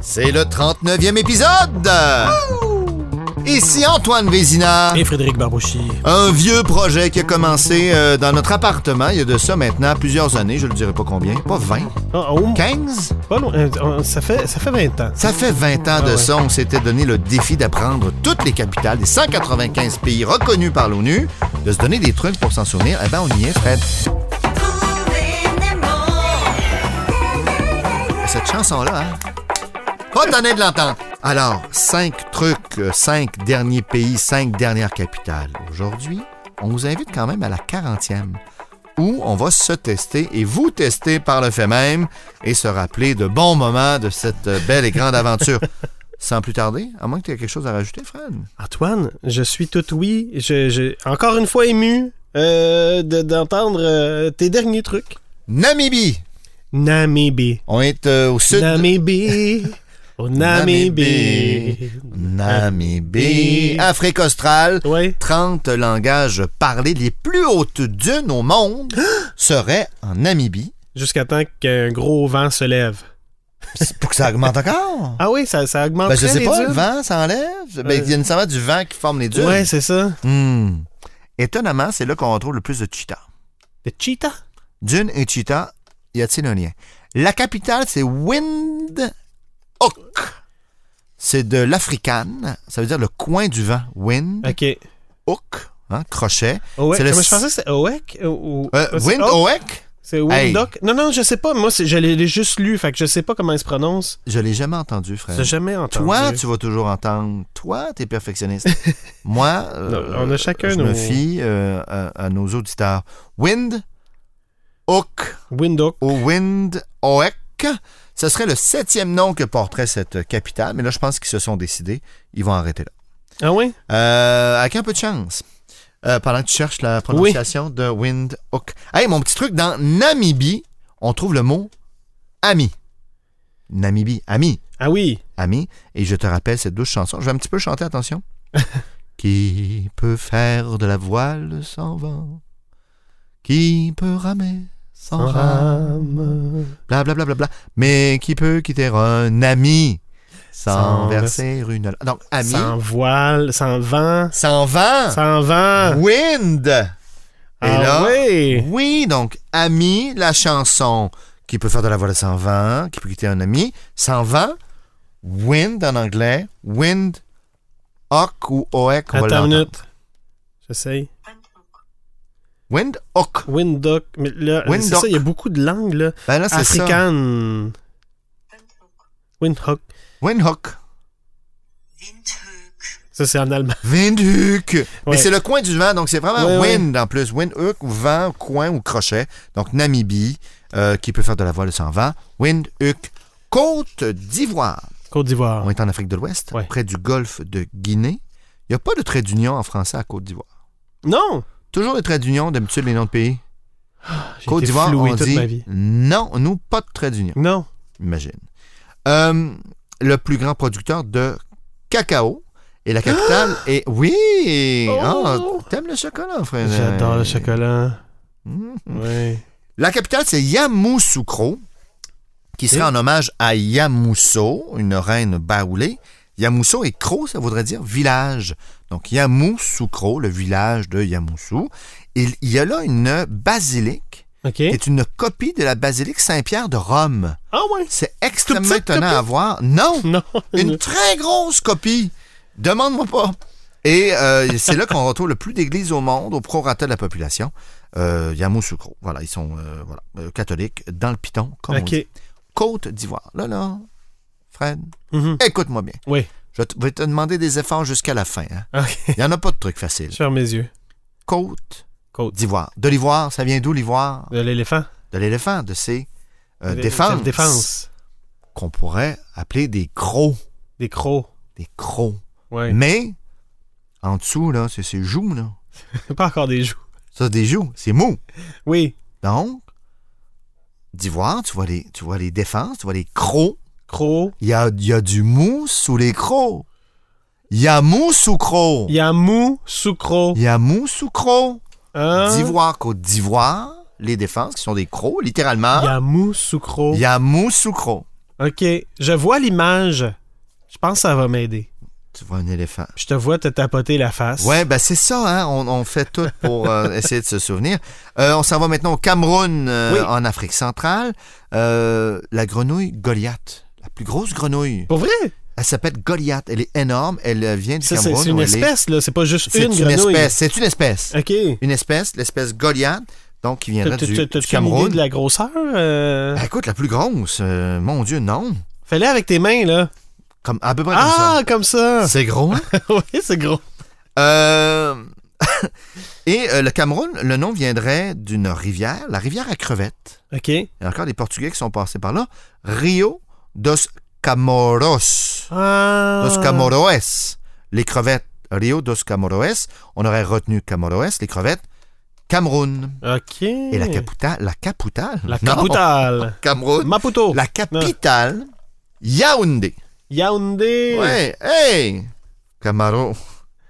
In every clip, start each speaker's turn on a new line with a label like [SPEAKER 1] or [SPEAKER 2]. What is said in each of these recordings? [SPEAKER 1] C'est le 39e épisode! Ici Antoine Vézina.
[SPEAKER 2] Et Frédéric Barbouchi.
[SPEAKER 1] Un vieux projet qui a commencé euh, dans notre appartement il y a de ça maintenant plusieurs années, je ne dirai pas combien, pas 20,
[SPEAKER 2] Ah, oh,
[SPEAKER 1] 15?
[SPEAKER 2] pas loin, euh, euh, ça, fait, ça fait 20 ans.
[SPEAKER 1] Ça fait 20 ans
[SPEAKER 2] Ah
[SPEAKER 1] de
[SPEAKER 2] ouais.
[SPEAKER 1] ça, on s'était donné le défi d'apprendre toutes les capitales des 195 pays reconnus par l'ONU, de se donner des trucs pour s'en souvenir. Eh ben on y est, Fred. Cette chanson-là, hein? Pas donné de l'entendre. Alors, cinq trucs, euh, cinq derniers pays, cinq dernières capitales. Aujourd'hui, on vous invite quand même à la 40e, où on va se tester et vous tester par le fait même et se rappeler de bons moments de cette euh, belle et grande aventure. Sans plus tarder, à moins que tu aies quelque chose à rajouter, Fred.
[SPEAKER 2] Antoine, je suis tout oui. Je, je- encore une fois ému euh, de- d'entendre euh, tes derniers trucs.
[SPEAKER 1] Namibie!
[SPEAKER 2] Namibé.
[SPEAKER 1] On est euh, au sud.
[SPEAKER 2] Namibé. Oh, Namibé.
[SPEAKER 1] Namibie. Afrique australe.
[SPEAKER 2] Ouais.
[SPEAKER 1] 30 langages parlés les plus hautes dunes au monde seraient en Namibie.
[SPEAKER 2] Jusqu'à temps qu'un gros vent se lève.
[SPEAKER 1] C'est Pour que ça augmente encore.
[SPEAKER 2] Ah oui, ça, ça augmente
[SPEAKER 1] Ben, je
[SPEAKER 2] très
[SPEAKER 1] sais
[SPEAKER 2] les
[SPEAKER 1] pas, le
[SPEAKER 2] dunes. Euh.
[SPEAKER 1] vent s'enlève. Ben, il y a nécessairement du vent qui forme les dunes.
[SPEAKER 2] Ouais, c'est ça.
[SPEAKER 1] Hmm. Étonnamment, c'est là qu'on retrouve le plus de cheetahs.
[SPEAKER 2] Le cheetah.
[SPEAKER 1] Dunes et cheetahs, y a-t-il un lien? La capitale, c'est Windhoek. C'est de l'africane. Ça veut dire le coin du vent. Windhoek,
[SPEAKER 2] OK.
[SPEAKER 1] hein, crochet.
[SPEAKER 2] Owek.
[SPEAKER 1] C'est le-
[SPEAKER 2] Comment je pensais que c'était Owek? Ou- ou-
[SPEAKER 1] Euh,
[SPEAKER 2] c'est Owek?
[SPEAKER 1] Windhoek,
[SPEAKER 2] C'est
[SPEAKER 1] Hey.
[SPEAKER 2] Windock. Non, non, je sais pas. Moi, c'est- je l'ai l'ai juste lu, fait que je sais pas comment il se prononce.
[SPEAKER 1] je l'ai jamais entendu, frère.
[SPEAKER 2] J'ai jamais entendu.
[SPEAKER 1] Toi, tu vas toujours entendre. Toi, t'es perfectionniste. Moi, euh,
[SPEAKER 2] Non, on a chacun
[SPEAKER 1] je me
[SPEAKER 2] nos-
[SPEAKER 1] fie euh, à, à nos auditeurs. Wind, Hook
[SPEAKER 2] Windock.
[SPEAKER 1] ou Wind, Oek. Ce serait le septième nom que porterait cette capitale, mais là, je pense qu'ils se sont décidés. Ils vont arrêter là.
[SPEAKER 2] Ah ouais?
[SPEAKER 1] Euh, avec un peu de chance. Euh, pendant que tu cherches la prononciation de Wind, Hook. Hey, mon petit truc, dans Namibie, on trouve le mot ami. Namibie, ami
[SPEAKER 2] Ah oui.
[SPEAKER 1] ami. Et je te rappelle cette douce chanson. Je vais un petit peu chanter, attention. Qui peut faire de la voile sans vent Qui peut ramer sans rame Bla bla bla bla bla. Mais qui peut quitter un ami sans,
[SPEAKER 2] Sans
[SPEAKER 1] verser une. Donc, ami.
[SPEAKER 2] Ah. Sans
[SPEAKER 1] Sans,
[SPEAKER 2] voile, sans vent,
[SPEAKER 1] vent.
[SPEAKER 2] sans vent.
[SPEAKER 1] Wind. Et
[SPEAKER 2] ah
[SPEAKER 1] là,
[SPEAKER 2] oui.
[SPEAKER 1] oui, donc, ami, la chanson qui peut faire de la voile sans vent, qui peut quitter un ami, sans vent, wind en anglais, wind, hoc ou oec, on va
[SPEAKER 2] Attends une
[SPEAKER 1] l'entendre.
[SPEAKER 2] minute. J'essaye.
[SPEAKER 1] Wind, hoc.
[SPEAKER 2] Windock. Mais là,
[SPEAKER 1] Windock.
[SPEAKER 2] c'est ça, il y a beaucoup de langues, là.
[SPEAKER 1] Ben là, c'est ça.
[SPEAKER 2] Africaine. Windhoek.
[SPEAKER 1] Wind, hoc.
[SPEAKER 2] Ça, c'est en allemand.
[SPEAKER 1] Windhoek. Mais
[SPEAKER 2] Ouais.
[SPEAKER 1] c'est le coin du vent, donc c'est vraiment
[SPEAKER 2] Ouais, ouais.
[SPEAKER 1] wind en plus. Wind, hook ou vent, coin ou crochet. Donc Namibie, euh, qui peut faire de la voile sans vent. Wind, hook. Côte d'Ivoire.
[SPEAKER 2] Côte d'Ivoire.
[SPEAKER 1] On est en Afrique de l'Ouest,
[SPEAKER 2] Ah. Ouais.
[SPEAKER 1] près du golfe de Guinée. Il n'y a pas de trait d'union en français à Côte d'Ivoire.
[SPEAKER 2] Non!
[SPEAKER 1] Toujours les traits d'union, d'habitude, les noms de pays.
[SPEAKER 2] J'ai
[SPEAKER 1] Côte
[SPEAKER 2] été
[SPEAKER 1] d'Ivoire,
[SPEAKER 2] floué
[SPEAKER 1] on
[SPEAKER 2] toute
[SPEAKER 1] dit
[SPEAKER 2] ma vie.
[SPEAKER 1] non, nous, pas de traits d'union,
[SPEAKER 2] Non.
[SPEAKER 1] imagine. Euh, le plus grand producteur de cacao. Et la capitale est... Oui! Ah,
[SPEAKER 2] Oh!
[SPEAKER 1] T'aimes le chocolat, frère?
[SPEAKER 2] J'adore le chocolat.
[SPEAKER 1] Mhm.
[SPEAKER 2] Oui.
[SPEAKER 1] La capitale, c'est Yamoussoukro, qui serait
[SPEAKER 2] Et-
[SPEAKER 1] en hommage à Yamousso, une reine baoulée. Yamousso et Kro, ça voudrait dire village. Donc Yamoussoukro, le village de Yamoussou. Il il y a là une basilique,
[SPEAKER 2] OK.
[SPEAKER 1] qui est une copie de la basilique Saint-Pierre de Rome.
[SPEAKER 2] Ah ouais.
[SPEAKER 1] C'est extrêmement
[SPEAKER 2] petite
[SPEAKER 1] étonnant à voir. Non,
[SPEAKER 2] Non.
[SPEAKER 1] une très grosse copie. Demande-moi pas. Et euh, c'est là qu'on retrouve le plus d'églises au monde, au prorata de la population. Euh, Yamoussoukro. Voilà, ils sont euh, voilà, euh, catholiques dans le piton, comme on
[SPEAKER 2] OK.
[SPEAKER 1] dit. Côte d'Ivoire. Là, là, Fred,
[SPEAKER 2] Mhm.
[SPEAKER 1] écoute-moi bien.
[SPEAKER 2] Oui.
[SPEAKER 1] Je te- vais te demander des efforts jusqu'à la fin. hein.
[SPEAKER 2] OK.
[SPEAKER 1] Il n'y en a pas de truc facile.
[SPEAKER 2] Je ferme mes yeux.
[SPEAKER 1] Côte
[SPEAKER 2] Côte.
[SPEAKER 1] d'Ivoire. De l'ivoire, ça vient d'où l'ivoire?
[SPEAKER 2] De Euh, l'éléphant.
[SPEAKER 1] De l'éléphant, de ses euh,
[SPEAKER 2] Des-
[SPEAKER 1] défenses.
[SPEAKER 2] des Défense.
[SPEAKER 1] Qu'on pourrait appeler des crocs.
[SPEAKER 2] Des crocs.
[SPEAKER 1] Des crocs.
[SPEAKER 2] Ouais.
[SPEAKER 1] Mais, en dessous, là, c'est ses joues, là.
[SPEAKER 2] Pas encore des joues.
[SPEAKER 1] Ça, c'est des joues, c'est mou.
[SPEAKER 2] Oui.
[SPEAKER 1] Donc, d'ivoire, tu vois les, tu vois les défenses, tu vois les crocs.
[SPEAKER 2] Crocs.
[SPEAKER 1] Il y a, il y a du mou sous les crocs. Il y a mou sous crocs.
[SPEAKER 2] Yamou sous croc.
[SPEAKER 1] Il y a mou sous crocs.
[SPEAKER 2] Hein?
[SPEAKER 1] D'ivoire, côte d'ivoire, les défenses qui sont des crocs, littéralement.
[SPEAKER 2] Yamou sous croc.
[SPEAKER 1] Il y a mou sous crocs.
[SPEAKER 2] OK. Je vois l'image. Je pense que ça va m'aider.
[SPEAKER 1] Tu vois un éléphant.
[SPEAKER 2] Je te vois te tapoter la face.
[SPEAKER 1] Ouais, ben c'est ça, hein? on, on fait tout pour euh, essayer de se souvenir. Euh, on s'en va maintenant au Cameroun, euh,
[SPEAKER 2] Oui.
[SPEAKER 1] en Afrique centrale. Euh, la grenouille Goliath, la plus grosse grenouille.
[SPEAKER 2] Pour vrai?
[SPEAKER 1] Elle s'appelle Goliath, elle est énorme, elle euh, vient du
[SPEAKER 2] Ça, c'est
[SPEAKER 1] Cameroun.
[SPEAKER 2] c'est une
[SPEAKER 1] où elle est-
[SPEAKER 2] espèce, là. C'est pas juste
[SPEAKER 1] C'est
[SPEAKER 2] une,
[SPEAKER 1] une,
[SPEAKER 2] grenouille.
[SPEAKER 1] espèce, c'est une espèce.
[SPEAKER 2] OK.
[SPEAKER 1] Une espèce, l'espèce Goliath, donc qui viendrait
[SPEAKER 2] T'as-
[SPEAKER 1] du,
[SPEAKER 2] t'as-
[SPEAKER 1] du
[SPEAKER 2] T'as-tu une idée
[SPEAKER 1] Cameroun.
[SPEAKER 2] de la grosseur? Euh...
[SPEAKER 1] Ben, écoute, la plus grosse, euh, mon Dieu, non.
[SPEAKER 2] Fais-le avec tes mains, là.
[SPEAKER 1] Comme, à peu près
[SPEAKER 2] ah, comme
[SPEAKER 1] comme ça.
[SPEAKER 2] ça!
[SPEAKER 1] C'est gros, hein?
[SPEAKER 2] oui, c'est gros.
[SPEAKER 1] Euh, Et euh, le Cameroun, le nom viendrait d'une rivière, la rivière à crevettes.
[SPEAKER 2] OK.
[SPEAKER 1] Il y a encore des Portugais qui sont passés par là. Rio dos Camoros.
[SPEAKER 2] Ah.
[SPEAKER 1] Dos Camoroes. Les crevettes. Rio dos Camoroes. On aurait retenu Camoroes, les crevettes. Cameroun.
[SPEAKER 2] OK.
[SPEAKER 1] Et la capitale. La capitale.
[SPEAKER 2] La Oh.
[SPEAKER 1] Non,
[SPEAKER 2] capitale.
[SPEAKER 1] Cameroun.
[SPEAKER 2] Maputo.
[SPEAKER 1] La capitale. Yaoundé.
[SPEAKER 2] Yaoundé.
[SPEAKER 1] Ouais. Hey! Camaro.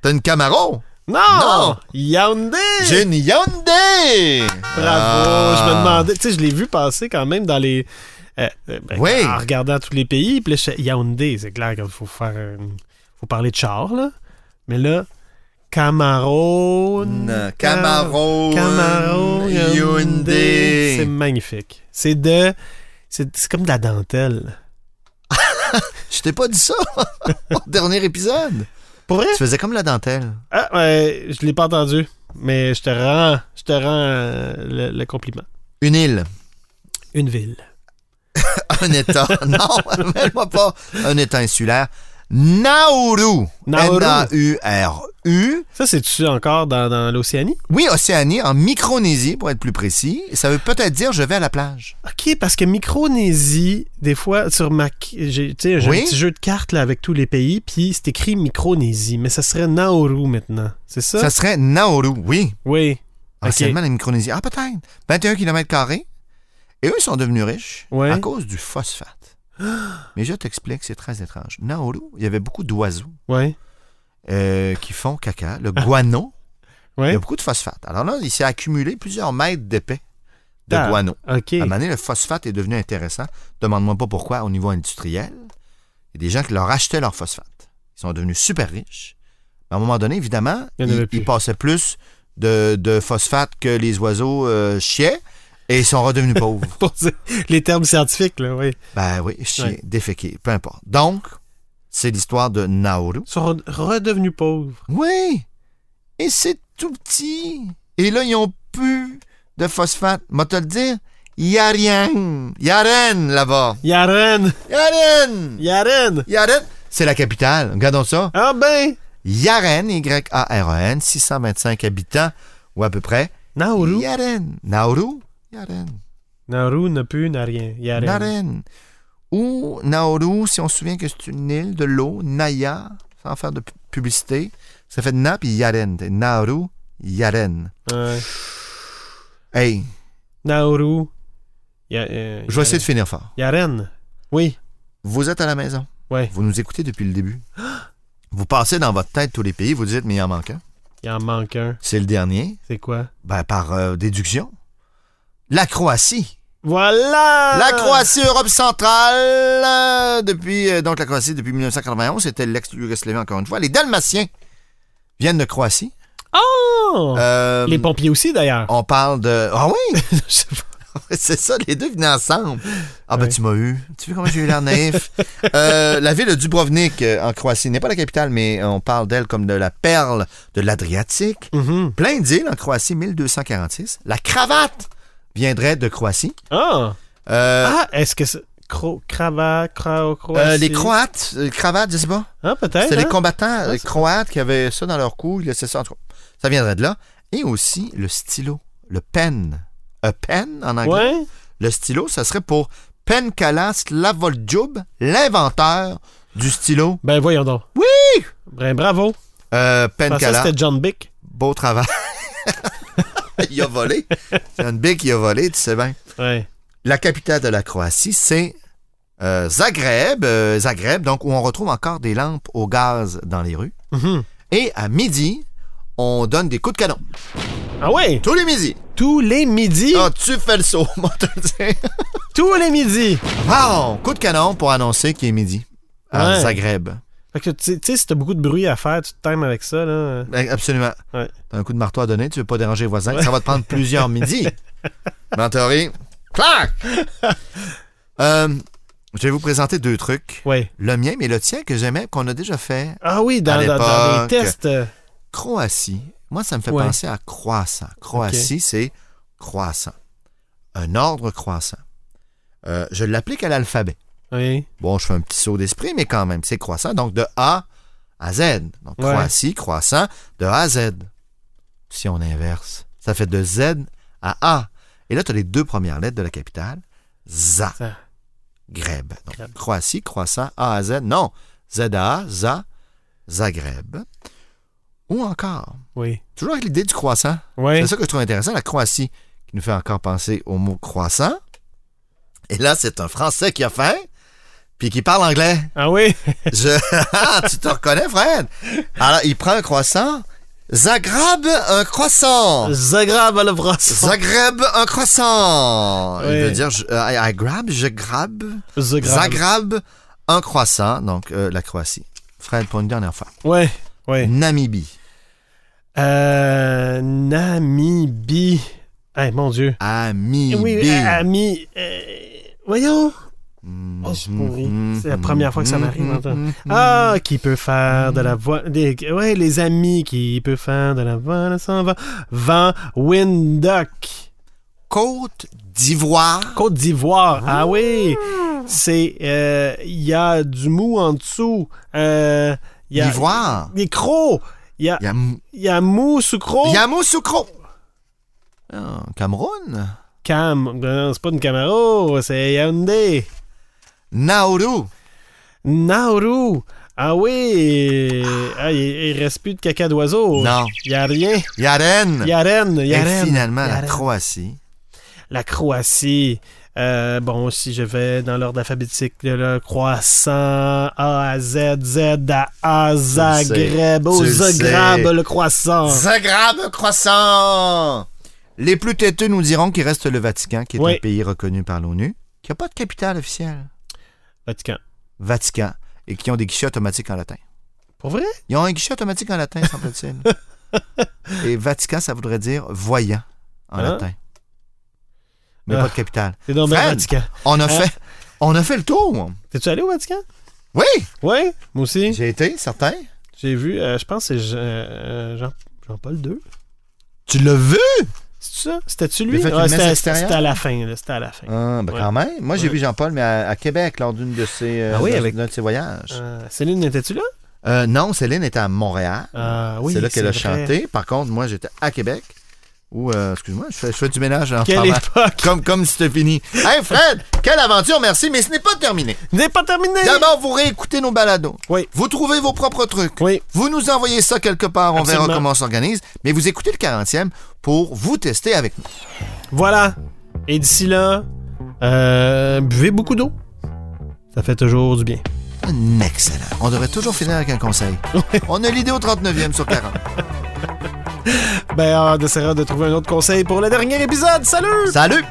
[SPEAKER 1] T'as une Camaro?
[SPEAKER 2] Non!
[SPEAKER 1] Non.
[SPEAKER 2] Yaoundé!
[SPEAKER 1] J'ai une Yaoundé!
[SPEAKER 2] Bravo! Je me
[SPEAKER 1] Ah.
[SPEAKER 2] demandais, tu sais, je l'ai vu passer quand même dans les. euh, euh, ben,
[SPEAKER 1] Oui.
[SPEAKER 2] En regardant tous les pays, puis là, je- Yaoundé, c'est clair qu'il faut faire. une- faut parler de char, là. Mais là, Cameroun.
[SPEAKER 1] Camaro. euh,
[SPEAKER 2] Cameroun.
[SPEAKER 1] Hyundai.
[SPEAKER 2] C'est magnifique. C'est de. C'est c'est comme de la dentelle.
[SPEAKER 1] Je t'ai pas dit ça au dernier épisode.
[SPEAKER 2] Pour vrai?
[SPEAKER 1] Tu faisais comme la dentelle.
[SPEAKER 2] Ah, ouais, je l'ai pas entendu. Mais je te rends, je te rends euh, le, le compliment.
[SPEAKER 1] Une île.
[SPEAKER 2] Une ville.
[SPEAKER 1] Un état. non, mets-moi pas. Un état insulaire. Nauru.
[SPEAKER 2] Nauru.
[SPEAKER 1] N-A-U-R-U.
[SPEAKER 2] Ça, c'est-tu encore dans, dans l'Océanie?
[SPEAKER 1] Oui, Océanie, en Micronésie, pour être plus précis. Ça veut peut-être dire je vais à la plage.
[SPEAKER 2] OK, parce que Micronésie, des fois, sur ma. J'ai tu sais, j'ai
[SPEAKER 1] Oui.
[SPEAKER 2] un petit jeu de cartes là, avec tous les pays, puis c'est écrit Micronésie, mais ça serait Nauru maintenant. C'est ça?
[SPEAKER 1] Ça serait Nauru, oui.
[SPEAKER 2] Oui. Ok.
[SPEAKER 1] Anciennement, la Micronésie. Ah, peut-être. 21 km. Et eux, ils sont devenus riches
[SPEAKER 2] Ouais.
[SPEAKER 1] à cause du phosphate. Mais je t'explique, c'est très étrange. Nauru, il y avait beaucoup d'oiseaux
[SPEAKER 2] Ouais.
[SPEAKER 1] euh, qui font caca. Le guano. Il y
[SPEAKER 2] Ouais.
[SPEAKER 1] a beaucoup de phosphate. Alors là, il s'est accumulé plusieurs mètres d'épais de
[SPEAKER 2] Ah.
[SPEAKER 1] guano.
[SPEAKER 2] OK.
[SPEAKER 1] À un moment donné, le phosphate est devenu intéressant. Demande-moi pas pourquoi au niveau industriel. Il y a des gens qui leur achetaient leur phosphate. Ils sont devenus super riches. Mais à un moment donné, évidemment,
[SPEAKER 2] Il y en avait
[SPEAKER 1] ils,
[SPEAKER 2] plus.
[SPEAKER 1] ils passaient plus de, de phosphate que les oiseaux euh, chiaient et ils sont redevenus pauvres.
[SPEAKER 2] Pour dire les termes scientifiques, là, oui.
[SPEAKER 1] Ben oui, chier,
[SPEAKER 2] Ouais.
[SPEAKER 1] déféquer, peu importe. Donc, c'est l'histoire de Nauru.
[SPEAKER 2] Ils sont re- redevenus pauvres.
[SPEAKER 1] Oui. Et c'est tout petit. Et là, ils ont plus de phosphate. Moi, te le dire, y a rien. Y a rien là-bas.
[SPEAKER 2] Yaren!
[SPEAKER 1] Y a rien.
[SPEAKER 2] Yaren!
[SPEAKER 1] Y a rien. C'est la capitale. Regardons ça.
[SPEAKER 2] Ah ben!
[SPEAKER 1] Yaren, Y-A-R-E-N, 625 habitants, ou à peu près.
[SPEAKER 2] Nauru.
[SPEAKER 1] Yaren. Nauru. Yaren.
[SPEAKER 2] Nauru n'a plus, n'a rien. Yaren.
[SPEAKER 1] Yaren. Ou Nauru, si on se souvient que c'est une île de l'eau, Naya, sans faire de pu- publicité. Ça fait Na puis Yaren. Nauru, Yaren.
[SPEAKER 2] Ouais.
[SPEAKER 1] Hey,
[SPEAKER 2] Nauru. Ya- euh,
[SPEAKER 1] je vais essayer de
[SPEAKER 2] Yaren.
[SPEAKER 1] finir fort.
[SPEAKER 2] Yaren. Oui.
[SPEAKER 1] Vous êtes à la maison.
[SPEAKER 2] Ouais.
[SPEAKER 1] Vous nous écoutez depuis le début. Vous passez dans votre tête tous les pays, vous dites, mais il en manque un.
[SPEAKER 2] Il en manque un.
[SPEAKER 1] C'est le dernier.
[SPEAKER 2] C'est quoi?
[SPEAKER 1] Ben, par euh, déduction. La Croatie.
[SPEAKER 2] Voilà!
[SPEAKER 1] La Croatie, Europe centrale. euh, depuis, euh, donc, la Croatie, depuis 1991, c'était l'ex-Yougoslavie, encore une fois. Les Dalmatiens viennent de Croatie.
[SPEAKER 2] Oh!
[SPEAKER 1] Euh, Oh.
[SPEAKER 2] Les pompiers aussi, d'ailleurs.
[SPEAKER 1] on parle de. Ah oui!
[SPEAKER 2] Je sais pas.
[SPEAKER 1] C'est ça, les deux venaient ensemble. Ah ben
[SPEAKER 2] Ouais.
[SPEAKER 1] tu m'as eu. Tu vois comment j'ai eu l'air naïf. Euh, la ville de Dubrovnik euh, en Croatie n'est pas la capitale, mais on parle d'elle comme de la perle de l'Adriatique.
[SPEAKER 2] Mhm.
[SPEAKER 1] Plein d'îles en Croatie, 1246. La cravate viendrait de Croatie.
[SPEAKER 2] Ah!
[SPEAKER 1] Euh,
[SPEAKER 2] Ah, est-ce que c'est. Cro... Crava, cra...
[SPEAKER 1] euh,
[SPEAKER 2] Croatie.
[SPEAKER 1] les Croates, euh, cravate, je sais pas.
[SPEAKER 2] Ah, peut-être.
[SPEAKER 1] C'est les
[SPEAKER 2] Ah, Hein?
[SPEAKER 1] combattants euh,
[SPEAKER 2] c'est-
[SPEAKER 1] croates qui avaient ça dans leur cou. Ils laissaient ça en tout cas, Ça viendrait de là. Et aussi le stylo, le pen. A pen en anglais.
[SPEAKER 2] Ouais.
[SPEAKER 1] Le stylo, ça serait pour Penkala Slavoljub, l'inventeur du stylo.
[SPEAKER 2] Ben, voyons donc.
[SPEAKER 1] Oui!
[SPEAKER 2] Ben, bravo.
[SPEAKER 1] Euh,
[SPEAKER 2] Ben, ça,
[SPEAKER 1] Penkala,
[SPEAKER 2] c'était John Bick.
[SPEAKER 1] beau travail. il a volé. John Bick, il a volé, tu sais bien.
[SPEAKER 2] Ouais.
[SPEAKER 1] La capitale de la Croatie, c'est euh, Zagreb. euh, Zagreb, donc où on retrouve encore des lampes au gaz dans les rues.
[SPEAKER 2] Mhm.
[SPEAKER 1] Et à midi, on donne des coups de canon.
[SPEAKER 2] Ah ouais?
[SPEAKER 1] Tous les midis.
[SPEAKER 2] Tous les midis?
[SPEAKER 1] Ah, tu fais le saut, moi, te le dire.
[SPEAKER 2] Tous les midis!
[SPEAKER 1] Wow! Coup de canon pour annoncer qu'il est midi à
[SPEAKER 2] Ouais.
[SPEAKER 1] Zagreb.
[SPEAKER 2] Fait que, tu tu sais, si t'as beaucoup de bruit à faire, tu te times avec ça, là.
[SPEAKER 1] Ben, Absolument.
[SPEAKER 2] Ouais.
[SPEAKER 1] T'as un coup de marteau à donner, tu veux pas déranger les voisins, ça va te prendre plusieurs midis. Mais en théorie, clac! Euh, je vais vous présenter deux trucs.
[SPEAKER 2] Ouais.
[SPEAKER 1] Le mien, mais le tien que j'aimais, qu'on a déjà fait.
[SPEAKER 2] Ah oui, dans,
[SPEAKER 1] À
[SPEAKER 2] dans- dans les
[SPEAKER 1] l'époque.
[SPEAKER 2] tests. euh,
[SPEAKER 1] Croatie. Moi, ça me fait
[SPEAKER 2] Ouais.
[SPEAKER 1] penser à croissant. Croatie, c'est croissant. Un ordre croissant. Euh, je l'applique à l'alphabet.
[SPEAKER 2] Oui.
[SPEAKER 1] Bon, je fais un petit saut d'esprit, mais quand même, c'est croissant. Donc, de A à Z. Donc,
[SPEAKER 2] Ouais.
[SPEAKER 1] Croatie, croissant, de A à Z. Si on inverse, ça fait de Z à A. Et là, tu as les deux premières lettres de la capitale. ZA.
[SPEAKER 2] Ça.
[SPEAKER 1] Greb. Donc,
[SPEAKER 2] Greb.
[SPEAKER 1] Croatie, croissant, A à Z. Non, Z à A, ZA, Zagreb. Ou encore,
[SPEAKER 2] Oui.
[SPEAKER 1] toujours avec l'idée du croissant.
[SPEAKER 2] Oui.
[SPEAKER 1] C'est ça que je trouve intéressant, la Croatie, qui nous fait encore penser au mot croissant. Et là, c'est un Français qui a fait, puis qui parle anglais.
[SPEAKER 2] Ah oui?
[SPEAKER 1] Je... Ah, tu te reconnais, Fred? Alors, il prend un croissant. Zagreb, un croissant.
[SPEAKER 2] Zagreb à la brasse.
[SPEAKER 1] Zagreb, un croissant.
[SPEAKER 2] Oui.
[SPEAKER 1] Il veut dire, je- euh, I, I grab, je grab.
[SPEAKER 2] Zagreb.
[SPEAKER 1] Zagreb, un croissant. Donc, euh, la Croatie. Fred, pour une dernière fois.
[SPEAKER 2] Ouais. Ouais.
[SPEAKER 1] Namibie.
[SPEAKER 2] Euh, Namibie. Eh, mon Dieu.
[SPEAKER 1] Amibie.
[SPEAKER 2] Oui, euh, ami. euh, voyons. Oh, c'est pourri. C'est la première fois que ça m'arrive, attends. Ah, qui peut faire de la voix. des- Ouais, les amis, qui peut faire de la voix. Là, s'en va. Van Windock.
[SPEAKER 1] Côte d'Ivoire.
[SPEAKER 2] Côte d'Ivoire. Ah oui. C'est. euh, Il y a du mou en dessous. Euh, Il y a.
[SPEAKER 1] L'Ivoire.
[SPEAKER 2] Des crocs. Il y a,
[SPEAKER 1] Yam-
[SPEAKER 2] il y a mou sous crocs.
[SPEAKER 1] Yamoussoukro. Ah, Cameroun.
[SPEAKER 2] Cam. Non, c'est pas une Camaro. C'est Hyundai.
[SPEAKER 1] Nauru.
[SPEAKER 2] Nauru. Ah oui. Ah, il, il reste plus de caca d'oiseau.
[SPEAKER 1] Non.
[SPEAKER 2] Il y a rien.
[SPEAKER 1] Yaren.
[SPEAKER 2] Yaren,
[SPEAKER 1] Et
[SPEAKER 2] Oh. Yaren.
[SPEAKER 1] finalement, la
[SPEAKER 2] Yaren.
[SPEAKER 1] Croatie.
[SPEAKER 2] La Croatie. Euh, bon, si je vais dans l'ordre alphabétique, le croissant, A à Z, Z à A, Zagreb,
[SPEAKER 1] sais.
[SPEAKER 2] au
[SPEAKER 1] Tu le
[SPEAKER 2] Zagreb,
[SPEAKER 1] sais.
[SPEAKER 2] le croissant.
[SPEAKER 1] Zagreb croissant. Les plus têteux nous diront qu'il reste le Vatican, qui est
[SPEAKER 2] Oui.
[SPEAKER 1] un pays reconnu par l'ONU, qui n'a pas de capitale officielle.
[SPEAKER 2] Vatican.
[SPEAKER 1] Vatican. Et qui ont des guichets automatiques en latin.
[SPEAKER 2] Pour vrai?
[SPEAKER 1] Ils ont un guichet automatique en latin, semble-t-il. Et Vatican, ça voudrait dire voyant en
[SPEAKER 2] Hein?
[SPEAKER 1] latin. Mais
[SPEAKER 2] Ah.
[SPEAKER 1] pas de capitale.
[SPEAKER 2] C'est dans le
[SPEAKER 1] Fred.
[SPEAKER 2] Vatican.
[SPEAKER 1] On a,
[SPEAKER 2] Hein?
[SPEAKER 1] fait, on a fait le tour.
[SPEAKER 2] T'es-tu allé au Vatican?
[SPEAKER 1] Oui,
[SPEAKER 2] Ouais, moi aussi.
[SPEAKER 1] j'ai été, certain.
[SPEAKER 2] J'ai vu, euh, je pense que c'est Jean- euh, Jean- Jean-Paul II.
[SPEAKER 1] Tu l'as vu?
[SPEAKER 2] C'est ça? C'était-tu
[SPEAKER 1] Il
[SPEAKER 2] lui? Ah,
[SPEAKER 1] a fait une messe
[SPEAKER 2] c'était,
[SPEAKER 1] extérieure?
[SPEAKER 2] c'était à la fin, là, C'était à la fin.
[SPEAKER 1] Ah, ben
[SPEAKER 2] Ouais.
[SPEAKER 1] quand même. Moi, j'ai
[SPEAKER 2] Ouais.
[SPEAKER 1] vu Jean-Paul, mais à, à Québec, lors d'une de ses, euh,
[SPEAKER 2] Ah oui,
[SPEAKER 1] d'un-
[SPEAKER 2] avec-
[SPEAKER 1] d'un de ses voyages.
[SPEAKER 2] Euh, Céline, étais-tu là?
[SPEAKER 1] Euh, non, Céline était à Montréal.
[SPEAKER 2] Ah oui,
[SPEAKER 1] c'est là qu'elle a
[SPEAKER 2] vrai.
[SPEAKER 1] chanté. Par contre, moi, j'étais à Québec. Ou, excuse-moi, je fais, je fais du ménage en
[SPEAKER 2] Quelle
[SPEAKER 1] parlant.
[SPEAKER 2] époque!
[SPEAKER 1] Comme, comme c'était fini. Hey Fred, quelle aventure, merci, mais ce n'est pas terminé.
[SPEAKER 2] N'est pas terminé!
[SPEAKER 1] D'abord, vous réécoutez nos balados.
[SPEAKER 2] Oui.
[SPEAKER 1] Vous trouvez vos propres trucs.
[SPEAKER 2] Oui,
[SPEAKER 1] Vous nous envoyez ça quelque part, on verra
[SPEAKER 2] Absolument.
[SPEAKER 1] comment on s'organise. Mais vous écoutez le 40e pour vous tester avec nous.
[SPEAKER 2] voilà. Et d'ici là, euh, buvez beaucoup d'eau. Ça fait toujours du bien.
[SPEAKER 1] Un excellent. On devrait toujours finir avec un conseil. On a l'idée au 39e sur 40.
[SPEAKER 2] Ben, on essaiera de trouver un autre conseil pour le dernier épisode. Salut!
[SPEAKER 1] Salut!